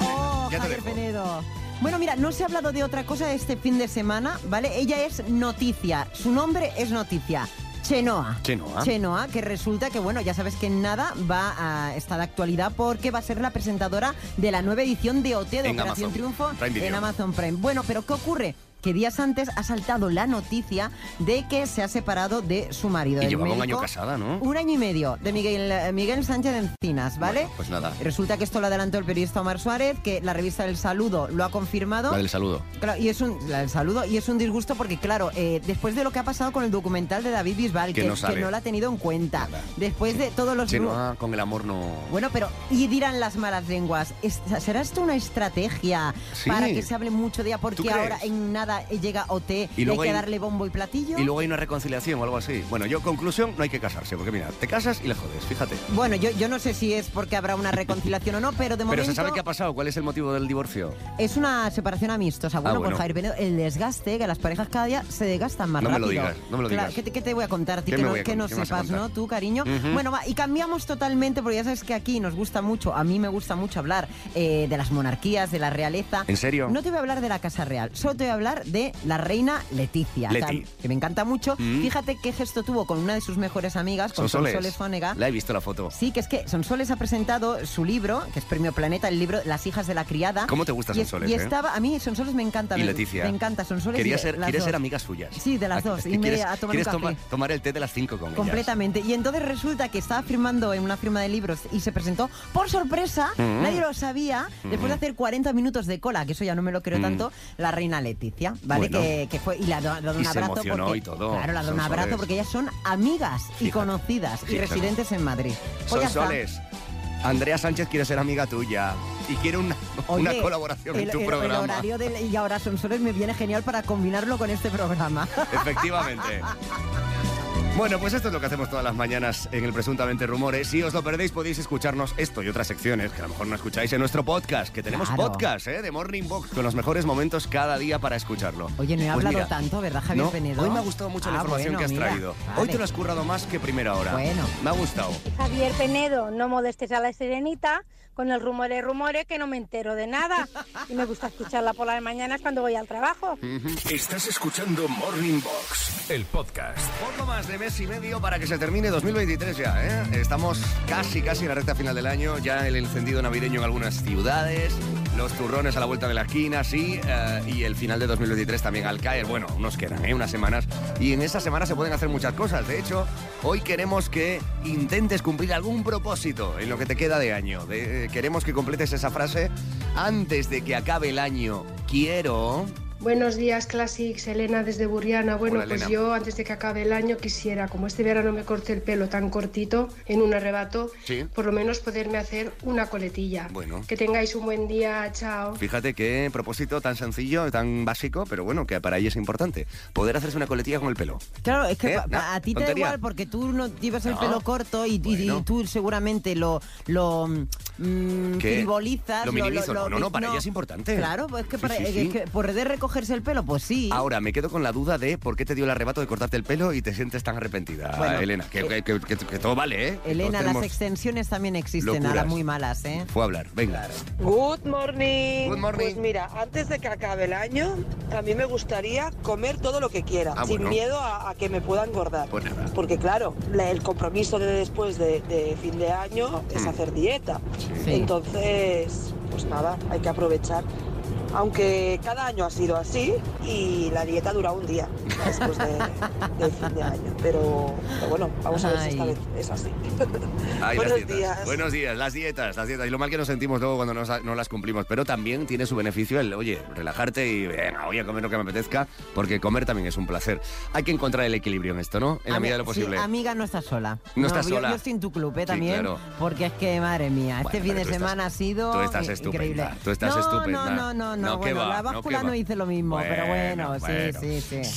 Speaker 4: Oh,
Speaker 2: Ya te
Speaker 4: Javier
Speaker 2: dejo.
Speaker 4: Penedo. Bueno, mira, no se ha hablado de otra cosa este fin de semana, ¿vale? Ella es Noticia. Su nombre es Noticia. Chenoa.
Speaker 2: Chenoa.
Speaker 4: Chenoa, que resulta que, bueno, ya sabes que en nada va a estar de actualidad porque va a ser la presentadora de la nueva edición de OT de
Speaker 2: En
Speaker 4: Operación
Speaker 2: Amazon
Speaker 4: Triunfo
Speaker 2: Prime Video.
Speaker 4: en Amazon Prime. Bueno, pero ¿qué ocurre? Que días antes ha saltado la noticia de que se ha separado de su marido.
Speaker 2: Y
Speaker 4: el
Speaker 2: llevaba un año
Speaker 4: médico.
Speaker 2: casada, ¿no?
Speaker 4: Un año y medio de Miguel, eh, Miguel Sánchez Encinas, ¿vale?
Speaker 2: Bueno, pues nada.
Speaker 4: Resulta que esto lo adelantó el periodista Omar Suárez, que la revista El Saludo lo ha confirmado.
Speaker 2: Vale, el saludo.
Speaker 4: Claro, y es un la del saludo y es un disgusto porque claro eh, después de lo que ha pasado con el documental de David Bisbal
Speaker 2: Que
Speaker 4: que,
Speaker 2: no sale.
Speaker 4: que la ha tenido en cuenta
Speaker 2: Nada.
Speaker 4: después de todos los ru-
Speaker 2: Chenoa Ah, con el amor no.
Speaker 4: bueno pero y dirán las malas lenguas ¿est- será esto una estrategia
Speaker 2: Sí.
Speaker 4: para que se hable mucho de ella
Speaker 2: ¿Tú
Speaker 4: porque
Speaker 2: crees?
Speaker 4: ahora en nada llega, llega OT
Speaker 2: Y
Speaker 4: y hay
Speaker 2: luego
Speaker 4: que
Speaker 2: hay-
Speaker 4: darle bombo y platillo.
Speaker 2: Y luego hay una reconciliación o algo así. Bueno, yo conclusión, no hay que casarse, porque mira, te casas y le jodes, fíjate.
Speaker 4: Bueno, yo, yo no sé si es porque habrá una reconciliación o no, pero de
Speaker 2: Pero
Speaker 4: momento
Speaker 2: se sabe qué ha pasado, cuál es el motivo del divorcio.
Speaker 4: es una separación amistosa. Bueno,
Speaker 2: Ah, bueno.
Speaker 4: por Javier Penedo, el desgaste, que las parejas cada día se desgastan más
Speaker 2: No me lo
Speaker 4: rápido.
Speaker 2: digas, no me lo
Speaker 4: Claro,
Speaker 2: digas.
Speaker 4: ¿qué te, qué te voy a contar? a
Speaker 2: ¿Qué
Speaker 4: ti que
Speaker 2: me
Speaker 4: no,
Speaker 2: voy a
Speaker 4: que
Speaker 2: con-
Speaker 4: no
Speaker 2: qué me vas a
Speaker 4: sepas,
Speaker 2: contar?
Speaker 4: ¿no? Tú, cariño.
Speaker 2: Ujú.
Speaker 4: Bueno, va, y cambiamos totalmente, porque ya sabes que aquí nos gusta mucho, a mí me gusta mucho hablar eh, de las monarquías, de la realeza.
Speaker 2: ¿En serio?
Speaker 4: No te voy a hablar de la Casa Real, solo te voy a hablar de la reina Leticia,
Speaker 2: Leti.
Speaker 4: que- que me encanta mucho.
Speaker 2: Mm.
Speaker 4: Fíjate qué gesto tuvo con una de sus mejores amigas, con
Speaker 2: Sonsoles.
Speaker 4: Sonsoles Fónega.
Speaker 2: La he visto la foto.
Speaker 4: Sí, que es que Sonsoles ha presentado su libro, que es Premio Planeta, el libro Las hijas de la criada.
Speaker 2: ¿Cómo te gusta
Speaker 4: Y es-
Speaker 2: Sonsoles,
Speaker 4: Y,
Speaker 2: eh?
Speaker 4: estaba, a mí Sonsoles me encanta.
Speaker 2: Y
Speaker 4: me-
Speaker 2: Leticia.
Speaker 4: Me encanta Sonsoles. y
Speaker 2: Quería
Speaker 4: de-
Speaker 2: ser,
Speaker 4: las
Speaker 2: quieres
Speaker 4: dos.
Speaker 2: ser amigas suyas.
Speaker 4: Sí, de las dos. Y me
Speaker 2: ¿Quieres,
Speaker 4: voy a tomar un
Speaker 2: quieres
Speaker 4: café.
Speaker 2: tomar, tomar el té de las cinco con ellas?
Speaker 4: Completamente. Y entonces resulta que estaba firmando en una firma de libros y se presentó por sorpresa,
Speaker 2: Mm.
Speaker 4: nadie lo sabía, después de
Speaker 2: Mm.
Speaker 4: hacer 40 minutos de cola, que eso ya no me lo creo tanto, la reina Leticia, ¿vale?
Speaker 2: Bueno.
Speaker 4: Que, que fue y le ha dado le ha dado
Speaker 2: Y
Speaker 4: un
Speaker 2: se
Speaker 4: abrazo.
Speaker 2: emocionó
Speaker 4: porque,
Speaker 2: y todo,
Speaker 4: Claro, le ha dado un
Speaker 2: Sonsoles.
Speaker 4: abrazo porque ellas son amigas y
Speaker 2: Fíjate,
Speaker 4: conocidas y
Speaker 2: fíjate.
Speaker 4: residentes en Madrid. Pues ya está.
Speaker 2: Sonsoles, Andrea Sánchez quiere ser amiga tuya y quiere una, una
Speaker 4: Oye,
Speaker 2: colaboración
Speaker 4: el-
Speaker 2: en tu
Speaker 4: el- el
Speaker 2: programa.
Speaker 4: horario del- y ahora Sonsoles me viene genial para combinarlo con este programa.
Speaker 2: Efectivamente. Bueno, pues esto es lo que hacemos todas las mañanas en el Presuntamente Rumores. Si os lo perdéis, podéis escucharnos esto y otras secciones que a lo mejor no escucháis en nuestro podcast, que tenemos
Speaker 4: Claro.
Speaker 2: podcast, ¿eh? De Morning Box, con los mejores momentos cada día para escucharlo.
Speaker 4: Oye, no he
Speaker 2: Pues
Speaker 4: hablado
Speaker 2: mira,
Speaker 4: tanto, ¿verdad, Javier
Speaker 2: no,
Speaker 4: Penedo?
Speaker 2: Hoy me ha gustado mucho la
Speaker 4: Ah,
Speaker 2: información
Speaker 4: bueno,
Speaker 2: que has
Speaker 4: mira,
Speaker 2: traído. Hoy
Speaker 4: vale.
Speaker 2: te lo has currado más que primera hora.
Speaker 4: Bueno.
Speaker 2: Me ha gustado.
Speaker 11: Javier Penedo, no molestes a la sirenita con el rumore rumore que no me entero de nada. Y me gusta escucharla por las mañanas cuando voy al trabajo.
Speaker 1: Estás escuchando Morning Box, el podcast.
Speaker 2: Poco más de mes y medio para que se termine 2023 ya, ¿eh? Estamos casi, casi en la recta final del año, ya el encendido navideño en algunas ciudades, los turrones a la vuelta de la esquina, sí, eh, y el final de 2023 también al caer. Bueno, nos quedan, ¿eh? Unas semanas. Y en esas semanas se pueden hacer muchas cosas. De hecho, hoy queremos que intentes cumplir algún propósito en lo que te queda de año. De- eh, queremos que completes esa frase antes de que acabe el año. Quiero...
Speaker 12: Buenos días, Classics. Elena desde Burriana. Bueno,
Speaker 2: Hola,
Speaker 12: pues
Speaker 2: Elena.
Speaker 12: yo antes de que acabe el año quisiera, como este verano me corté el pelo tan cortito en un arrebato,
Speaker 2: Sí.
Speaker 12: por lo menos poderme hacer una coletilla.
Speaker 2: Bueno.
Speaker 12: Que tengáis un buen día. Chao.
Speaker 2: Fíjate qué propósito tan sencillo, tan básico, pero bueno, que para ella es importante. Poder hacerse una coletilla con el pelo.
Speaker 4: Claro, es que
Speaker 2: ¿Eh?
Speaker 4: pa- pa-
Speaker 2: Nah,
Speaker 4: a ti te
Speaker 2: tontería.
Speaker 4: da igual porque tú no llevas el
Speaker 2: No.
Speaker 4: pelo corto y, y- y
Speaker 2: Bueno.
Speaker 4: tú seguramente lo, lo mm,
Speaker 2: ¿Qué?
Speaker 4: frivolizas.
Speaker 2: Lo minimizo. No, no, no, para ella es importante.
Speaker 4: Claro, pues es que,
Speaker 2: Sí,
Speaker 4: para,
Speaker 2: sí,
Speaker 4: es
Speaker 2: sí.
Speaker 4: que por de recogerse el pelo, pues sí.
Speaker 2: Ahora, me quedo con la duda de por qué te dio el arrebato de cortarte el pelo y te sientes tan arrepentida,
Speaker 4: Bueno,
Speaker 2: Elena. Que,
Speaker 4: eh,
Speaker 2: que- que- que todo vale, ¿eh? Que
Speaker 4: Elena,
Speaker 2: todos
Speaker 4: las
Speaker 2: tenemos-
Speaker 4: extensiones también existen,
Speaker 2: locuras.
Speaker 4: ahora muy malas, ¿eh?
Speaker 2: Fue a hablar, venga.
Speaker 13: Good morning.
Speaker 2: Good morning.
Speaker 13: Pues mira, antes de que acabe el año, a mí me gustaría comer todo lo que quiera,
Speaker 2: Ah,
Speaker 13: sin
Speaker 2: bueno.
Speaker 13: miedo a, a que me pueda engordar.
Speaker 2: Pues nada.
Speaker 13: Porque claro, la- el compromiso de después de, de fin de año
Speaker 8: Mm.
Speaker 13: es hacer dieta. Entonces, pues nada, hay que aprovechar. Aunque cada año ha sido así y la dieta dura un día después de, del fin de año. Pero, pero bueno, vamos a ver si esta
Speaker 4: Ay.
Speaker 13: vez es así.
Speaker 2: Ay, las
Speaker 13: Buenos
Speaker 2: dietas.
Speaker 13: días.
Speaker 2: Buenos días, las dietas, las dietas. Y lo mal que nos sentimos luego cuando nos- no las cumplimos. Pero también tiene su beneficio el, oye, relajarte y venga, voy a comer lo que me apetezca, porque comer también es un placer. Hay que encontrar el equilibrio en esto, ¿no? En la
Speaker 4: Ami-
Speaker 2: medida de lo
Speaker 4: sí,
Speaker 2: posible.
Speaker 4: amiga, no estás sola.
Speaker 2: No estás
Speaker 4: yo-
Speaker 2: sola.
Speaker 4: Yo estoy en tu club,
Speaker 2: Sí,
Speaker 4: ¿eh? También.
Speaker 2: claro.
Speaker 4: Porque es que, madre mía, este
Speaker 2: Bueno,
Speaker 4: fin
Speaker 2: pero
Speaker 4: de
Speaker 2: tú estás-
Speaker 4: semana ha sido.
Speaker 2: tú estás
Speaker 4: i-
Speaker 2: estupenda,
Speaker 4: Increíble.
Speaker 2: tú estás
Speaker 4: no,
Speaker 2: estupenda.
Speaker 4: No, no, no, no.
Speaker 2: No, ¿qué
Speaker 4: bueno,
Speaker 2: va?
Speaker 4: la
Speaker 2: No, ¿qué
Speaker 4: báscula
Speaker 2: va?
Speaker 4: no, dice lo mismo, pero
Speaker 2: Bueno,
Speaker 4: bueno,
Speaker 2: bueno.
Speaker 4: sí, sí, sí.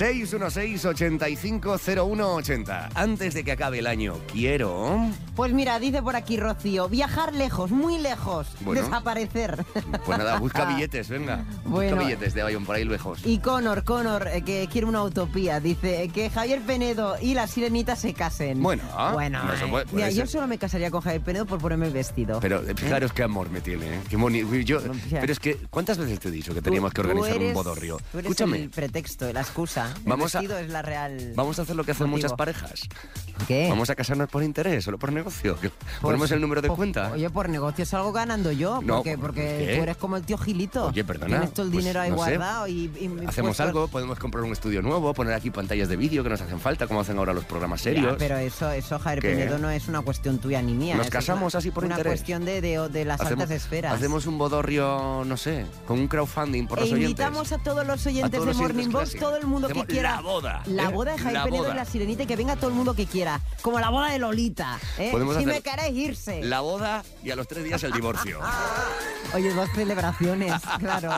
Speaker 2: 616-850180. Antes de que acabe el año, quiero...
Speaker 4: Pues mira, dice por aquí Rocío, viajar lejos, muy lejos,
Speaker 2: Bueno.
Speaker 4: desaparecer.
Speaker 2: Pues nada, busca billetes, venga.
Speaker 4: Bueno.
Speaker 2: Busca billetes de Bayón por ahí lejos.
Speaker 4: Y Connor, Connor, eh, que quiere una utopía, dice eh, que Javier Penedo y la sirenita se casen.
Speaker 2: Bueno,
Speaker 4: bueno.
Speaker 2: no, eso
Speaker 4: eh,
Speaker 2: puede- puede
Speaker 4: mira, yo
Speaker 2: ser.
Speaker 4: solo me casaría con Javier Penedo por ponerme el vestido.
Speaker 2: Pero eh, fijaros qué amor me tiene, ¿eh? qué bonito. Uy, yo-
Speaker 4: ya.
Speaker 2: pero es que, ¿cuántas veces te he dicho que teníamos que
Speaker 4: Tú
Speaker 2: organizar un
Speaker 4: eres-
Speaker 2: bodorrio?
Speaker 4: tú eres
Speaker 2: Escúchame,
Speaker 4: El pretexto, la excusa.
Speaker 2: Vamos a-
Speaker 4: el vestido es la real.
Speaker 2: vamos a hacer lo que hacen
Speaker 4: motivo.
Speaker 2: muchas parejas.
Speaker 4: ¿Qué?
Speaker 2: Vamos a casarnos por interés, solo por negocio. que Ponemos el número de
Speaker 4: Pues,
Speaker 2: cuenta.
Speaker 4: Oye, por negocio salgo ganando yo,
Speaker 2: No,
Speaker 4: porque, porque
Speaker 2: ¿qué?
Speaker 4: tú eres como el tío Gilito.
Speaker 2: Oye, perdona,
Speaker 4: Tienes todo el
Speaker 2: pues,
Speaker 4: dinero ahí
Speaker 2: no sé.
Speaker 4: guardado y, y- y
Speaker 2: Hacemos
Speaker 4: puesto-
Speaker 2: algo, podemos comprar un estudio nuevo, poner aquí pantallas de vídeo que nos hacen falta, como hacen ahora los programas
Speaker 4: Ya,
Speaker 2: serios.
Speaker 4: pero eso, eso, Javier
Speaker 2: ¿Qué?
Speaker 4: Penedo, no es una cuestión tuya ni mía.
Speaker 2: Nos
Speaker 4: eso es
Speaker 2: casamos
Speaker 4: una-
Speaker 2: así por
Speaker 4: una
Speaker 2: interés.
Speaker 4: cuestión de, de- de las altas esferas.
Speaker 2: hacemos un bodorrio, no sé, con un crowdfunding por
Speaker 4: e
Speaker 2: los oyentes.
Speaker 4: invitamos a todos los oyentes
Speaker 2: todos
Speaker 4: de
Speaker 2: los
Speaker 4: Morning
Speaker 2: oyentes
Speaker 4: Box,
Speaker 2: clásicos.
Speaker 4: todo el mundo que
Speaker 2: Hacemos
Speaker 4: quiera.
Speaker 2: la boda,
Speaker 4: La
Speaker 2: ¿eh?
Speaker 4: boda de Jaime
Speaker 2: La
Speaker 4: Penedo
Speaker 2: boda.
Speaker 4: y la sirenita, y que venga todo el mundo que quiera. Como la boda de Lolita. ¿eh?
Speaker 2: Podemos
Speaker 4: Si
Speaker 2: hacer
Speaker 4: me queréis irse.
Speaker 2: La boda y a los tres días el divorcio.
Speaker 4: Oye, dos celebraciones, claro.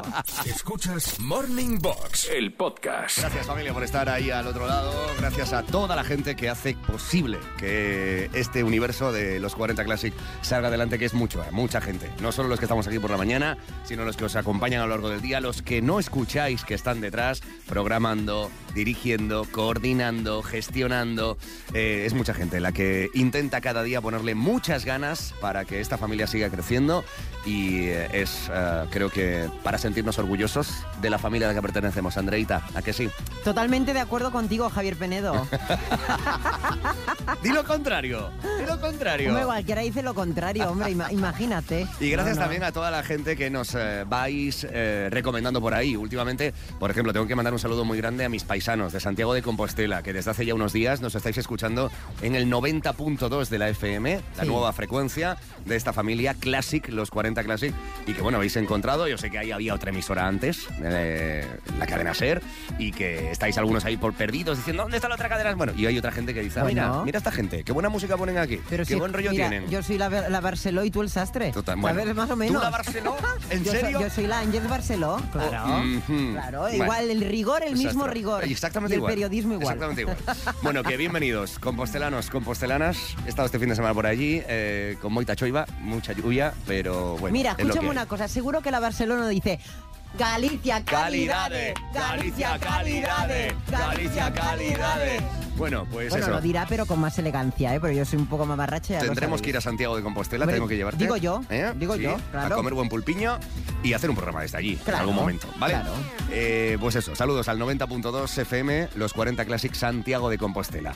Speaker 1: Escuchas Morning Box, el podcast.
Speaker 2: Gracias familia por estar ahí al otro lado. Gracias a toda la gente que hace posible que este universo de los 40 Classic salga adelante, que es mucho, eh, mucha gente. No solo los que estamos aquí por la mañana, sino los que os acompañan a lo largo del día, los que no escucháis que están detrás, programando, dirigiendo, coordinando, gestionando. Eh, es mucha gente la que intenta cada día ponerle muchas ganas para que esta familia siga creciendo y eh, es, eh, creo que, para sentirnos orgullosos de la familia a la que pertenecemos. Andreita, ¿a que sí?
Speaker 4: Totalmente de acuerdo contigo, Javier Penedo.
Speaker 2: Di lo contrario, di lo contrario.
Speaker 4: Hombre, cualquiera dice lo contrario, hombre, ima- imagínate.
Speaker 2: Y gracias
Speaker 4: No, no.
Speaker 2: también a toda la gente que nos eh, vais eh, recomendando por ahí. Últimamente, por ejemplo, tengo que mandar un saludo muy grande a mis paisanos de Santiago de Compostela, que desde hace ya unos días nos estáis escuchando en el 90.2 de la FM, la
Speaker 1: Sí.
Speaker 2: nueva frecuencia de esta familia Classic, los 40 Classic, y que bueno, habéis encontrado, yo sé que ahí había otra emisora antes, eh, la cadena SER, y que estáis algunos ahí por perdidos diciendo, ¿dónde está la otra cadena? Bueno, y hay otra gente que dice, ah, mira,
Speaker 4: Bueno.
Speaker 2: mira esta gente, qué buena música ponen aquí,
Speaker 4: Pero
Speaker 2: qué
Speaker 4: si-
Speaker 2: buen rollo
Speaker 4: mira,
Speaker 2: tienen.
Speaker 4: Yo soy la, Ber- la Barceló y tú el sastre.
Speaker 2: Total, bueno.
Speaker 4: A ver, más o
Speaker 2: ¿Tú
Speaker 4: menos.
Speaker 2: la Barceló? ¿En
Speaker 4: Yo soy-
Speaker 2: serio?
Speaker 4: yo soy la Ángel Barceló, claro.
Speaker 2: Ujú.
Speaker 4: Claro,
Speaker 2: Bueno.
Speaker 4: igual el rigor, el mismo
Speaker 2: Exacto.
Speaker 4: rigor.
Speaker 2: Exactamente
Speaker 4: y el
Speaker 2: igual.
Speaker 4: periodismo igual.
Speaker 2: Exactamente igual. Bueno, que bienvenidos, compostelanos, compostelanas. He estado este fin de semana por allí, eh, con moita choiva, mucha lluvia, pero bueno.
Speaker 4: Mira,
Speaker 2: es lo que
Speaker 4: escúchame
Speaker 2: hay.
Speaker 4: una cosa. Seguro que la Barcelona dice Galicia, calidades. Galicia, calidades. Galicia, calidades.
Speaker 2: Bueno, pues
Speaker 4: bueno, lo
Speaker 2: eso.
Speaker 4: dirá, pero con más elegancia, ¿eh? Pero yo soy un poco mamarracha. ya lo
Speaker 2: Tendremos
Speaker 4: sabéis.
Speaker 2: que ir a Santiago de Compostela,
Speaker 4: Hombre,
Speaker 2: tengo que llevarte.
Speaker 4: digo yo,
Speaker 2: ¿eh?
Speaker 4: digo
Speaker 2: Sí,
Speaker 4: yo,
Speaker 2: A
Speaker 4: claro.
Speaker 2: comer buen pulpiño y hacer un programa desde allí en
Speaker 4: Claro,
Speaker 2: algún momento, ¿vale?
Speaker 4: claro.
Speaker 2: Eh, pues eso, saludos al 90.2 FM, los 40 Classics Santiago de Compostela.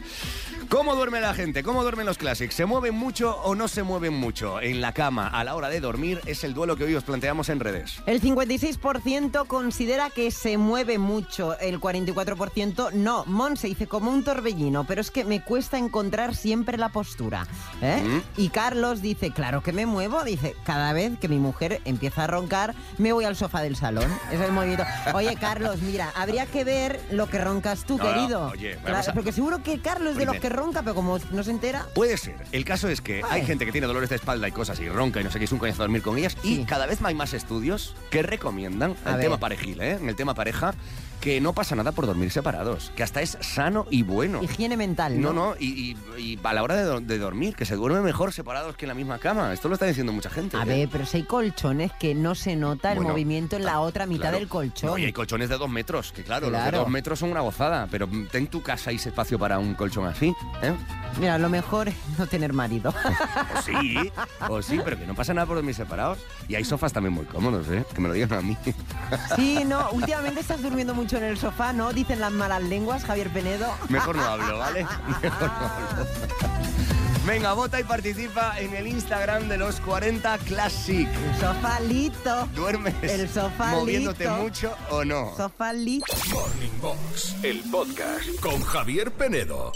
Speaker 2: ¿Cómo duerme la gente? ¿Cómo duermen los Classics? ¿Se mueven mucho o no se mueven mucho? En la cama, a la hora de dormir, es el duelo que hoy os planteamos en redes.
Speaker 4: El 56% considera que se mueve mucho, el 44% no. Monse dice como un torbellino, pero es que me cuesta encontrar siempre la postura. ¿eh?
Speaker 2: Mm.
Speaker 4: Y Carlos dice, claro que me muevo, dice, cada vez que mi mujer empieza a roncar, me voy al sofá del salón. Es el movimiento. Oye, Carlos, mira, habría que ver lo que roncas tú,
Speaker 2: No, no,
Speaker 4: querido.
Speaker 2: oye, vamos
Speaker 4: Claro,
Speaker 2: a-
Speaker 4: Porque seguro que Carlos es de los
Speaker 2: Primero.
Speaker 4: que ronca, pero como no se entera...
Speaker 2: Puede ser. El caso es que hay gente que tiene dolores de espalda y cosas y ronca y no sé qué, es un coñazo dormir con ellas. Y cada vez hay más estudios que recomiendan
Speaker 4: A
Speaker 2: el
Speaker 4: ver.
Speaker 2: tema parejil, ¿eh? En el tema pareja, que no pasa nada por dormir separados, que hasta es sano y bueno.
Speaker 4: Higiene mental.
Speaker 2: No, no, y, y- y a la hora de, do- de dormir, que se duerme mejor separados que en la misma cama. Esto lo está diciendo mucha gente.
Speaker 4: A
Speaker 2: ¿eh?
Speaker 4: ver, pero si hay colchones que no se nota el
Speaker 2: Bueno, ah,
Speaker 4: movimiento en la otra mitad
Speaker 2: Claro.
Speaker 4: del colchón.
Speaker 2: No, y hay colchones de dos metros, que claro, los de
Speaker 4: Claro.
Speaker 2: dos metros son una gozada, pero mm, ten tu casa y ese espacio para un colchón así, ¿eh?
Speaker 4: Mira, lo mejor es no tener marido.
Speaker 2: O Pues sí, o sí, pero que no pasa nada por dormir separados. Y hay sofás también muy cómodos, ¿eh? Que me lo digan a mí.
Speaker 4: Sí, no, últimamente estás durmiendo mucho en el sofá, ¿no? Dicen las malas lenguas, Javier Penedo.
Speaker 2: Mejor no hablo, ¿vale? Mejor no hablo. Venga, vota y participa en el Instagram de los 40 Classic.
Speaker 4: Sofalito.
Speaker 2: ¿Duermes
Speaker 4: El sofá
Speaker 2: moviéndote
Speaker 4: listo.
Speaker 2: mucho o no?
Speaker 4: Sofalito.
Speaker 1: Morning Box, el podcast con Javier Penedo.